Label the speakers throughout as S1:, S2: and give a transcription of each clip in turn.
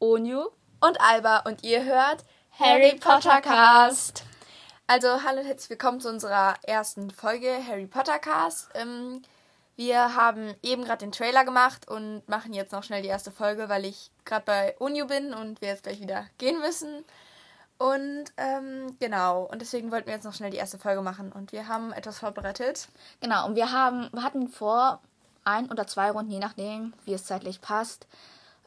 S1: Onyu und Alba und ihr hört Harry Potter Cast. Also hallo und herzlich willkommen zu unserer ersten Folge Harry Potter Cast. Ähm, wir haben eben gerade den Trailer gemacht und machen jetzt noch schnell die erste Folge, weil ich gerade bei Onyu bin und wir jetzt gleich wieder gehen müssen. Und ähm, genau, und deswegen wollten wir jetzt noch schnell die erste Folge machen und wir haben etwas vorbereitet.
S2: Genau, und wir haben, wir hatten vor ein oder zwei Runden, je nachdem, wie es zeitlich passt,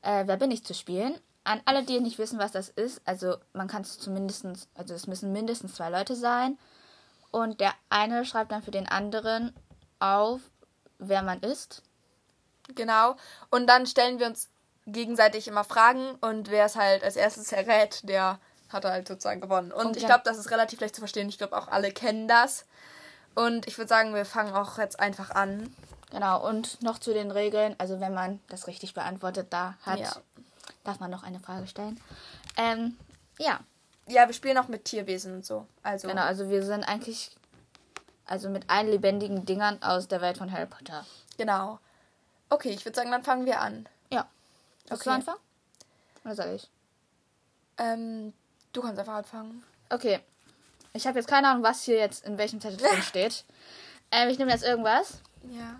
S2: äh, Wer bin ich zu spielen. An alle, die nicht wissen, was das ist, also man kann es zumindest, also es müssen mindestens zwei Leute sein. Und der eine schreibt dann für den anderen auf, wer man ist.
S1: Genau. Und dann stellen wir uns gegenseitig immer Fragen und wer es halt als erstes errät, der hat halt sozusagen gewonnen. Und
S2: Und
S1: ich
S2: ja.
S1: glaube, das ist relativ leicht zu verstehen. Ich glaube, auch alle kennen das. Und ich würde sagen, wir fangen auch jetzt einfach an.
S2: Genau, und noch zu den Regeln, also wenn man das richtig beantwortet da hat,
S1: Ja.
S2: darf man noch eine Frage stellen. Ähm, ja,
S1: Ja, wir spielen auch mit Tierwesen und so. Also,
S2: genau,
S1: genau.
S2: also wir sind eigentlich also mit allen lebendigen Dingern aus der Welt von Harry Potter.
S1: genau. Okay, ich würde sagen, dann fangen wir an.
S2: Ja. Willst du
S1: Okay.
S2: anfangen? Oder soll ich?
S1: Ähm, du kannst einfach anfangen.
S2: Okay. Ich habe jetzt keine Ahnung, was hier jetzt in welchem Zettel drin steht. Ähm, ich nehme jetzt irgendwas.
S1: Ja.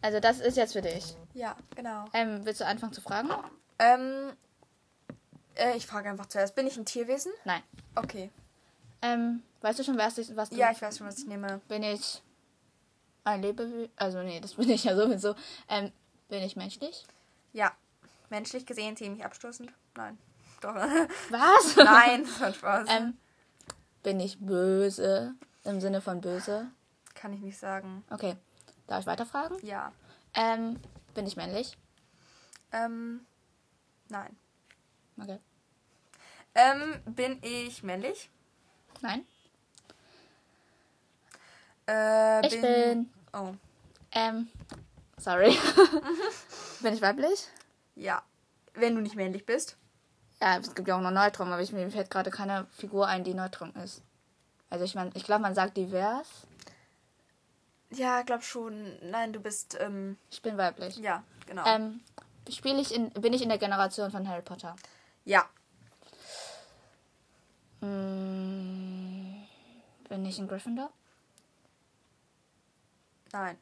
S2: Also das ist jetzt für dich.
S1: Ja, genau.
S2: Ähm, willst du anfangen zu fragen?
S1: Ähm, äh, ich frage einfach zuerst. Bin ich ein Tierwesen?
S2: Nein.
S1: Okay.
S2: Ähm, weißt du schon, was, ich, was du
S1: Ja, ich weiß schon, was ich nehme.
S2: bin ich ein Lebewesen? Also nee, das bin ich ja sowieso. Ähm, bin ich menschlich?
S1: Ja. Menschlich gesehen ziemlich abstoßend? Nein. Doch.
S2: Was?
S1: Nein, das war Spaß.
S2: ähm, bin ich böse? Im Sinne von böse?
S1: Kann ich nicht sagen.
S2: Okay. Darf ich weiterfragen?
S1: Ja.
S2: Ähm, bin ich männlich?
S1: Ähm, nein.
S2: Okay.
S1: Ähm, bin ich männlich?
S2: Nein?
S1: Äh,
S2: Ich bin.
S1: Oh.
S2: Ähm, sorry. bin ich weiblich?
S1: Ja. Wenn du nicht männlich bist.
S2: Ja, es gibt ja auch noch Neutrum, aber ich, mir fällt gerade keine Figur ein, die Neutrum ist. Also ich meine, ich glaube, man sagt divers.
S1: Ja, glaub schon. Nein, du bist, ähm,
S2: Ich bin weiblich.
S1: ja, genau.
S2: Ähm, spiele ich in, bin ich in der Generation von Harry Potter?
S1: ja.
S2: Mm, bin ich in Gryffindor?
S1: Nein.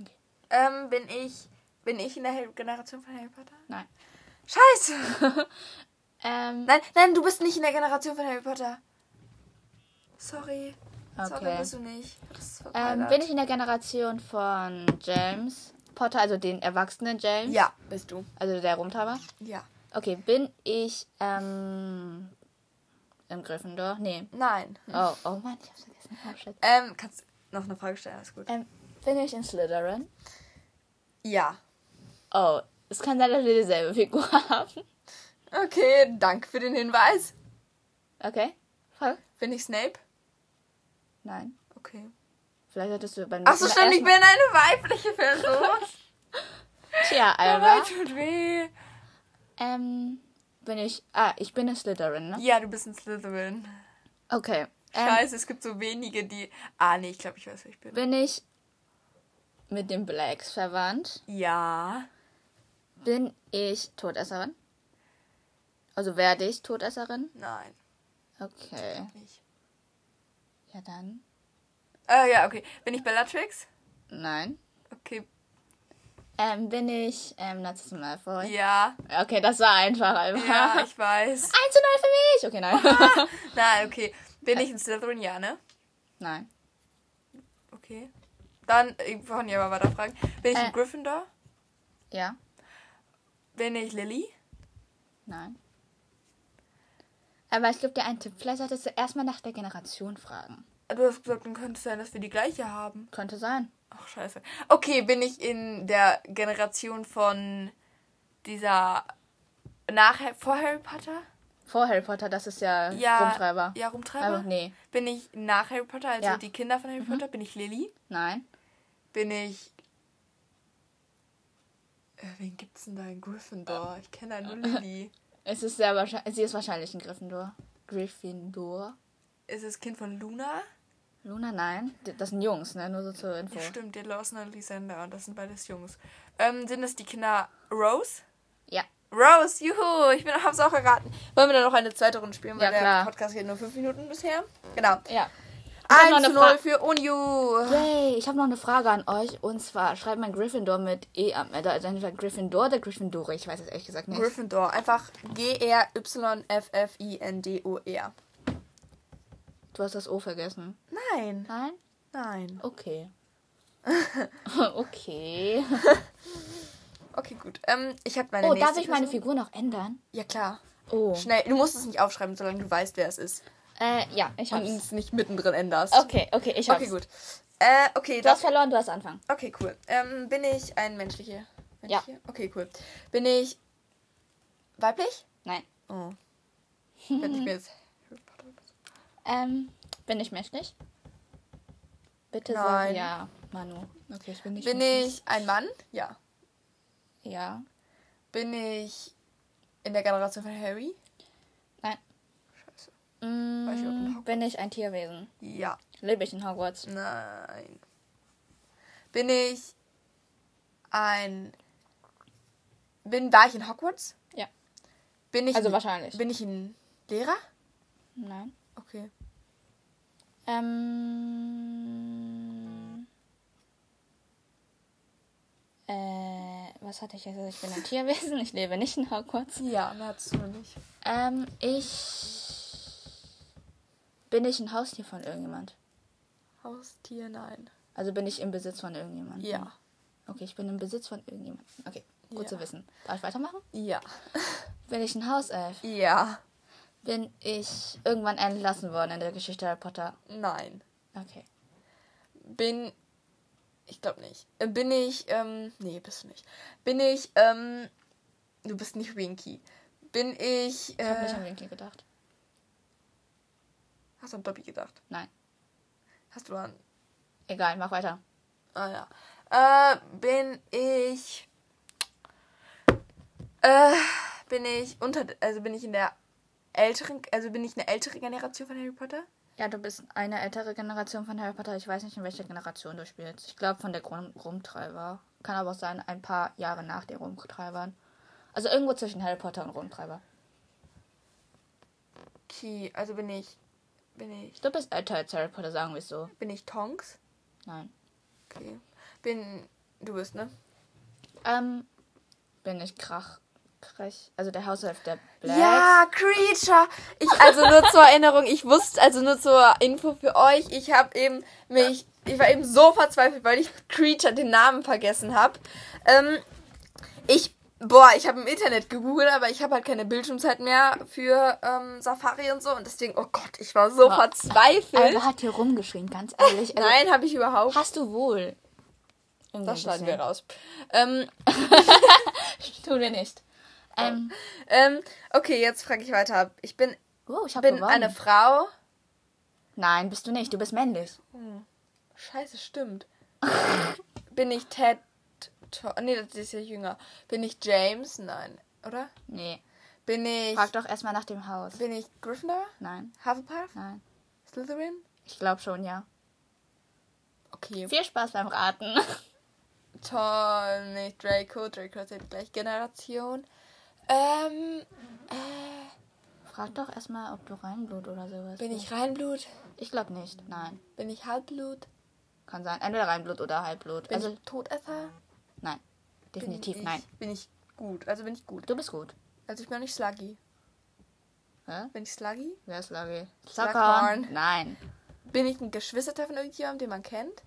S2: Okay.
S1: Ähm, bin ich, bin ich in der Hel- Generation von Harry Potter?
S2: Nein.
S1: Scheiße!
S2: Ähm,
S1: Nein, nein, du bist nicht in der Generation von Harry Potter. Sorry. Sorry,
S2: okay.
S1: bist du nicht. Das ist
S2: Ähm,
S1: verkleidet.
S2: bin ich in der Generation von James Potter, also den erwachsenen James?
S1: Ja, bist du.
S2: Also der Rumtreiber?
S1: Ja.
S2: Okay, bin ich ähm, im Gryffindor? Nee.
S1: Nein.
S2: Oh, oh Mann, ich hab's vergessen. Oh, shit.
S1: Ähm, kannst noch eine Frage stellen? Alles gut.
S2: Ähm, bin ich in Slytherin?
S1: Ja.
S2: Oh, es kann sein, dass wir dieselbe Figur haben.
S1: Okay, danke für den Hinweis.
S2: Okay. Frage?
S1: Bin ich Snape?
S2: Nein.
S1: Okay.
S2: Vielleicht hattest du beim
S1: Ach so,
S2: nächsten
S1: stimmt,
S2: Mal
S1: ich bin eine weibliche Person.
S2: erst- Tja,
S1: Dabei
S2: Alba.
S1: tut weh.
S2: Ähm, bin ich. Ah, ich bin in Slytherin, ne?
S1: Ja, du bist ein Slytherin.
S2: Okay. Ähm,
S1: Scheiße, es gibt so wenige, die... Ah, nee, ich glaube, ich weiß, wer ich bin.
S2: bin ich mit den Blacks verwandt?
S1: Ja.
S2: Bin ich Todesserin? Also werde ich Todesserin?
S1: Nein,
S2: Okay.
S1: nicht.
S2: Ja, dann.
S1: Ah, ja, okay. Bin ich Bellatrix?
S2: Nein.
S1: Okay,
S2: Ähm, bin ich ähm, Narzissen Malfoy?
S1: ja.
S2: Okay, das war einfach, Alba.
S1: Ja, ich weiß.
S2: 1 zu 0 für mich! Okay, nein.
S1: Nein, okay. Bin ich ein Slytherin? Ja, ne?
S2: nein.
S1: Okay. Dann, ich wollte ja mal weiterfragen. Bin ich ein
S2: Äh.
S1: Gryffindor?
S2: Ja.
S1: Bin ich Lily?
S2: Nein. Aber ich gebe dir einen Tipp. Vielleicht solltest du erstmal nach der Generation fragen.
S1: Du hast gesagt, dann könnte es sein, dass wir die gleiche haben.
S2: Könnte sein.
S1: Ach, scheiße. Okay, bin ich in der Generation von dieser nach vor Harry Potter?
S2: Vor Harry Potter, das ist ja,
S1: Ja.
S2: Rumtreiber.
S1: Ja, Rumtreiber?
S2: Aber nee.
S1: Bin ich nach Harry Potter, also
S2: Ja. Mhm.
S1: die Kinder von Harry Potter? Bin ich Lily?
S2: Nein.
S1: Bin ich. Äh, wen gibt's denn da in Gryffindor? Ich kenne da nur Lily.
S2: Es ist sehr wahrscheinlich. Sie ist wahrscheinlich ein Gryffindor. Gryffindor.
S1: Ist es Kind von Luna?
S2: Luna, nein. D- Das sind Jungs, ne? Nur so zur Info.
S1: Stimmt, der Lawson und Lysander. Und das sind beides Jungs. Ähm, sind das die Kinder Rose?
S2: Ja.
S1: Rose, juhu, ich bin, hab's auch erraten. Wollen wir dann noch eine zweite Runde spielen, weil
S2: Ja, klar.
S1: der Podcast geht nur fünf Minuten bisher? Genau.
S2: Ja. hab noch
S1: 1
S2: eine
S1: zu 0
S2: Fra-
S1: für Unju.
S2: Yay, ich habe noch eine Frage an euch. Und zwar, schreibt man Gryffindor mit E am Ende? Also entweder Gryffindor oder Gryffindore. Ich weiß es ehrlich gesagt nicht.
S1: Gryffindor. Einfach G-R-Y-F-F-I-N-D-O-R.
S2: du hast das O vergessen.
S1: Nein,
S2: Nein?
S1: nein.
S2: Okay. okay.
S1: Okay, gut. Ähm, ich habe meine
S2: Oh,
S1: nächste
S2: darf ich meine
S1: Person.
S2: Figur noch ändern?
S1: Ja, klar.
S2: Oh.
S1: Schnell, du musst es nicht aufschreiben, solange du weißt, wer es ist.
S2: Äh, ja, ich
S1: Und
S2: hab's.
S1: es nicht mittendrin änderst.
S2: Okay, okay, ich hab's.
S1: Okay, gut. Äh, okay,
S2: Du hast
S1: das.
S2: verloren, du hast Anfang.
S1: Okay, cool. Ähm, bin ich ein menschlicher?
S2: Ja.
S1: menschlicher? Okay, cool. Bin ich weiblich?
S2: Nein.
S1: Oh. Wenn ich mir jetzt.
S2: Ähm, bin ich menschlich? Bitte
S1: Nein.
S2: sag ja, Manu. Okay, ich bin nicht
S1: Bin ich ein Mann? Ja.
S2: ich? Ja.
S1: Bin ich in der Generation von Harry?
S2: Nein.
S1: Scheiße. War ich überhaupt in
S2: Mm,
S1: Hogwarts?
S2: bin ich ein Tierwesen?
S1: Ja.
S2: Lebe ich in Hogwarts?
S1: Nein. Bin ich ein. Bin, war ich in Hogwarts?
S2: Ja.
S1: Bin ich.
S2: Also
S1: ein-
S2: wahrscheinlich.
S1: Bin ich ein Lehrer?
S2: Nein.
S1: Okay.
S2: Ähm. Äh, was hatte ich jetzt? Ich bin ein Tierwesen, ich lebe nicht in Hogwarts.
S1: Ja, wer hat's wohl nicht?
S2: Ähm, ich. Bin ich ein Haustier von irgendjemand?
S1: Haustier, nein.
S2: Also bin ich im Besitz von irgendjemandem?
S1: Ja.
S2: Okay, ich bin im Besitz von irgendjemandem. Okay, gut
S1: Ja.
S2: zu wissen. Darf ich weitermachen?
S1: Ja.
S2: Bin ich ein Hauself?
S1: Ja.
S2: Bin ich irgendwann entlassen worden in der Geschichte Harry Potter?
S1: Nein.
S2: Okay.
S1: Bin. Ich glaube nicht. Äh, Bin ich. Ähm, nee, bist du nicht. Bin ich. Ähm, du bist nicht Winky. Bin ich.
S2: Ich habe nicht an
S1: Äh,
S2: Winkel gedacht.
S1: hast du an Dobby gedacht?
S2: Nein.
S1: Hast du an.
S2: Egal, mach weiter.
S1: Ah ja. Äh, bin ich. Äh, bin ich unter. Also bin ich in der älteren. Also bin ich eine ältere Generation von Harry Potter?
S2: Ja, du bist eine ältere Generation von Harry Potter. Ich weiß nicht, in welcher Generation du spielst. Ich glaube, von der Grum Rumtreiber. Kann aber auch sein, ein paar Jahre nach den Rumtreibern. Also irgendwo zwischen Harry Potter und Rumtreiber.
S1: Okay, also bin ich. Bin ich.
S2: Du bist älter als Harry Potter, sagen wir es so.
S1: Bin ich Tonks?
S2: Nein.
S1: Okay. Bin. Du bist, ne?
S2: Ähm, bin ich Krach. Krech. Also der Hauself der Blacks.
S1: Ja, Creature. Ich also nur zur Erinnerung, ich wusste also nur zur Info für euch, ich habe eben mich, ich war eben so verzweifelt, weil ich Creature den Namen vergessen habe. Ähm, ich boah, ich habe im Internet gegoogelt, aber ich habe halt keine Bildschirmzeit mehr für ähm, Safari und so und deswegen oh Gott, ich war so
S2: Ja.
S1: verzweifelt.
S2: Alba hat hier rumgeschrien, ganz ehrlich. Also,
S1: Nein, habe ich überhaupt.
S2: Hast du wohl.
S1: Das schneiden wir raus. Ähm,
S2: Tun wir nicht. Ähm,
S1: ähm, okay, jetzt frage ich weiter. Ich bin
S2: oh, ich habe
S1: bin
S2: gewonnen.
S1: eine Frau.
S2: Nein, bist du nicht. Du bist männlich.
S1: Scheiße, stimmt. Bin ich Ted. To nee, das ist ja jünger. Bin ich James? Nein, oder?
S2: Nee.
S1: Bin ich.
S2: Frag doch erstmal nach dem Haus.
S1: Bin ich Gryffindor?
S2: Nein,
S1: Hufflepuff?
S2: nein.
S1: Slytherin?
S2: Ich glaube schon, ja.
S1: Okay.
S2: Viel Spaß beim Raten.
S1: Toll, nicht Draco. Draco ist ja die gleiche Generation. Ähm. Äh,
S2: Frag doch erstmal, ob du Reinblut oder sowas
S1: bin
S2: bist.
S1: ich Reinblut?
S2: Ich glaube nicht. Nein.
S1: Bin ich Halbblut?
S2: Kann sein. Entweder Reinblut oder Halbblut.
S1: Bin
S2: also,
S1: ich Todesser?
S2: nein.
S1: Bin
S2: Definitiv
S1: ich,
S2: nein.
S1: Bin ich gut? Also bin ich gut.
S2: Du bist gut.
S1: Also ich bin auch nicht Sluggy.
S2: Hä?
S1: Bin ich Sluggy?
S2: Wer ist Sluggy?
S1: Slughorn.
S2: Slughorn. Nein.
S1: Bin ich ein Geschwisterteil von irgendjemandem, den man kennt?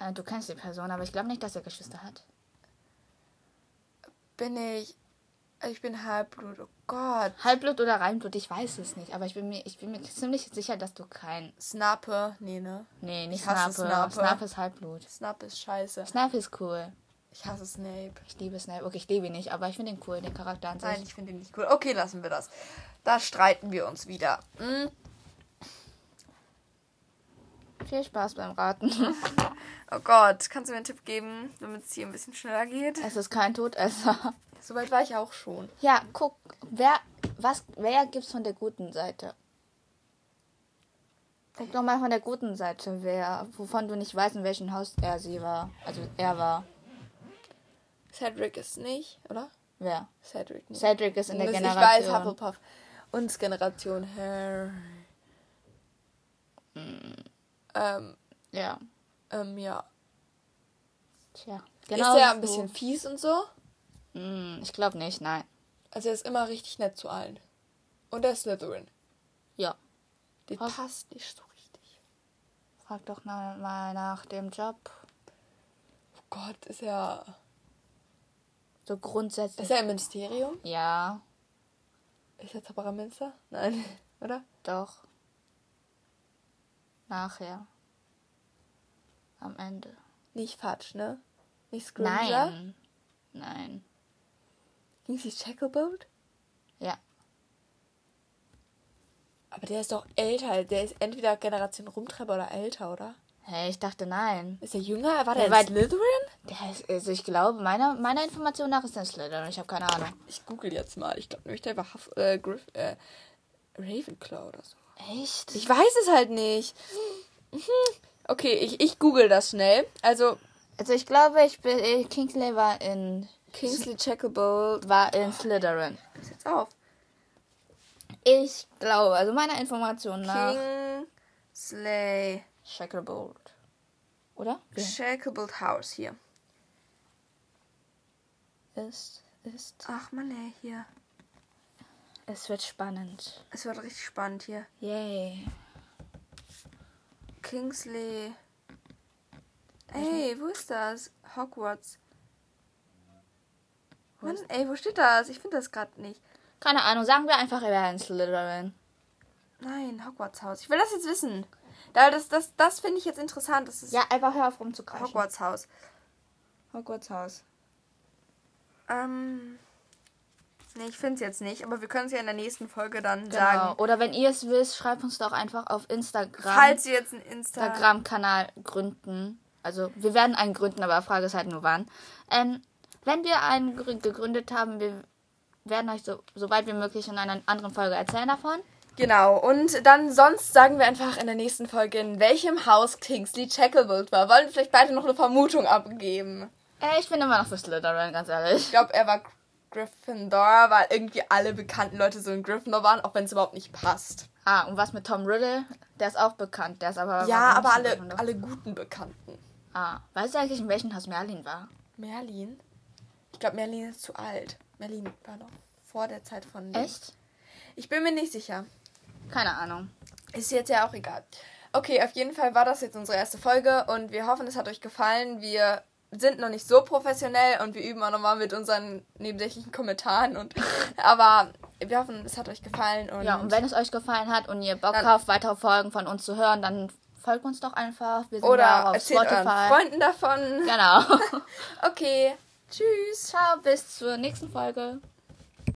S2: Äh, du kennst die Person, aber ich glaube nicht, dass er Geschwister hat.
S1: bin ich. Ich bin Halbblut. Oh Gott.
S2: Halbblut oder Reinblut, ich weiß es nicht, aber ich bin mir, ich bin mir ziemlich sicher, dass du kein.
S1: Snape. Nee, ne?
S2: Nee, nicht
S1: Ich hasse
S2: Snape.
S1: Snape.
S2: Snape. Snape ist Halbblut.
S1: Snape ist scheiße.
S2: Snape ist cool.
S1: Ich hasse Snape.
S2: Ich liebe Snape. Okay, ich liebe ihn nicht, aber ich finde ihn cool, den Charakter an sich.
S1: Nein, ich finde ihn nicht cool. Okay, lassen wir das. Da streiten wir uns wieder. Hm,
S2: Viel Spaß beim Raten.
S1: Oh Gott, kannst du mir einen Tipp geben, damit es hier ein bisschen schneller geht?
S2: es ist kein Todesser.
S1: Soweit war ich auch schon.
S2: Ja, guck, wer, was, wer gibt's von der guten Seite? Guck doch mal von der guten Seite, wer, wovon du nicht weißt, in welchem Haus er sie war. Also er war.
S1: Cedric ist nicht, oder?
S2: Wer?
S1: Cedric nicht.
S2: Cedric ist in der
S1: Ich
S2: Generation.
S1: weiß, Hufflepuff. Uns Generation Harry. Hm. Ähm,
S2: ja.
S1: ähm, ja.
S2: Tja. genau
S1: ist er
S2: so.
S1: ein bisschen fies und so?
S2: Hm, ich glaube nicht, nein.
S1: Also er ist immer richtig nett zu allen. Und er ist Slytherin.
S2: Ja.
S1: Die
S2: Was?
S1: passt nicht so richtig.
S2: Frag doch mal, mal nach dem Job.
S1: Oh Gott, ist er.
S2: So grundsätzlich.
S1: Ist er im Ministerium?
S2: ja,
S1: Ist er Zaubererminister? Nein, oder?
S2: doch. Nachher. Am Ende.
S1: Nicht Fatsch, ne? Nicht Scrimgeour?
S2: Nein. Nein.
S1: Ging sie Shacklebolt?
S2: Ja.
S1: Aber der ist doch älter. Der ist entweder Generation Rumtreiber oder älter, oder?
S2: Hey, ich dachte nein.
S1: Ist er jünger? War der,
S2: war-
S1: in Slytherin?
S2: Der ist, also ich glaube, meiner, meiner Information nach ist der Slytherin. Ich habe keine Ahnung.
S1: Ich google jetzt mal. Ich glaube nämlich, der war Huff, äh, Griff, äh, Ravenclaw oder so.
S2: Echt?
S1: Ich weiß es halt nicht. Mhm. Okay, ich, ich google das schnell. Also,
S2: Also ich glaube, ich bin äh, Kingsley war in
S1: Kingsley Shacklebolt.
S2: war in Slytherin.
S1: Was jetzt auf?
S2: Ich glaube, also meiner Information nach
S1: Kingsley
S2: Shacklebolt. Oder?
S1: Shacklebolt House hier.
S2: Ist ist
S1: Ach man, ey, hier.
S2: es wird spannend.
S1: Es wird richtig spannend hier.
S2: Yay.
S1: Kingsley. Ey, wo ist das? Hogwarts. Mann, ey, wo steht das? Ich finde das gerade nicht.
S2: Keine Ahnung, sagen wir einfach, er wäre in Slytherin.
S1: Nein, Hogwarts Haus. Ich will das jetzt wissen. Da, das das, das finde ich jetzt interessant. Das ist
S2: Ja, einfach hör auf rumzuquatschen.
S1: Hogwarts Haus. Hogwarts Haus. Ähm. Nee, ich finde es jetzt nicht, aber wir können es ja in der nächsten Folge dann
S2: Genau.
S1: sagen.
S2: Oder wenn ihr es wisst, schreibt uns doch einfach auf Instagram.
S1: Falls ihr jetzt ein Insta.
S2: Instagram-Kanal gründen. Also wir werden einen gründen, aber die Frage ist halt nur wann. Ähm, wenn wir einen grü- gegründet haben, wir werden euch so, so weit wie möglich in einer anderen Folge erzählen davon.
S1: Genau, und dann sonst sagen wir einfach in der nächsten Folge, in welchem Haus Kingsley Shacklebolt war. Wollen wir vielleicht beide noch eine Vermutung abgeben?
S2: Äh, ich bin immer noch für Slytherin, ganz
S1: Ich
S2: ehrlich.
S1: glaube, er war Gryffindor, weil irgendwie alle bekannten Leute so in Gryffindor waren, auch wenn es überhaupt nicht passt.
S2: Ah, und was mit Tom Riddle? Der ist auch bekannt, der ist aber... war
S1: Ja, aber
S2: nicht
S1: alle,
S2: Gryffindor.
S1: alle guten Bekannten.
S2: Ah, weißt du eigentlich, in welchem Haus Merlin war?
S1: Merlin? Ich glaube, Merlin ist zu alt. Merlin war noch vor der Zeit von. Lin.
S2: Echt?
S1: Ich bin mir nicht sicher.
S2: Keine Ahnung.
S1: Ist jetzt ja auch egal. Okay, auf jeden Fall war das jetzt unsere erste Folge und wir hoffen, es hat euch gefallen. Wir sind noch nicht so professionell und wir üben auch nochmal mit unseren nebensächlichen Kommentaren und aber wir hoffen, es hat euch gefallen und,
S2: Ja, und wenn es euch gefallen hat und ihr Bock
S1: Dann-
S2: habt, weitere Folgen von uns zu hören, dann folgt uns doch einfach. Wir sind ja
S1: oder
S2: auch auf
S1: erzählt euren
S2: Spotify.
S1: Freunden davon.
S2: Genau.
S1: Okay, tschüss.
S2: Ciao, bis zur nächsten Folge.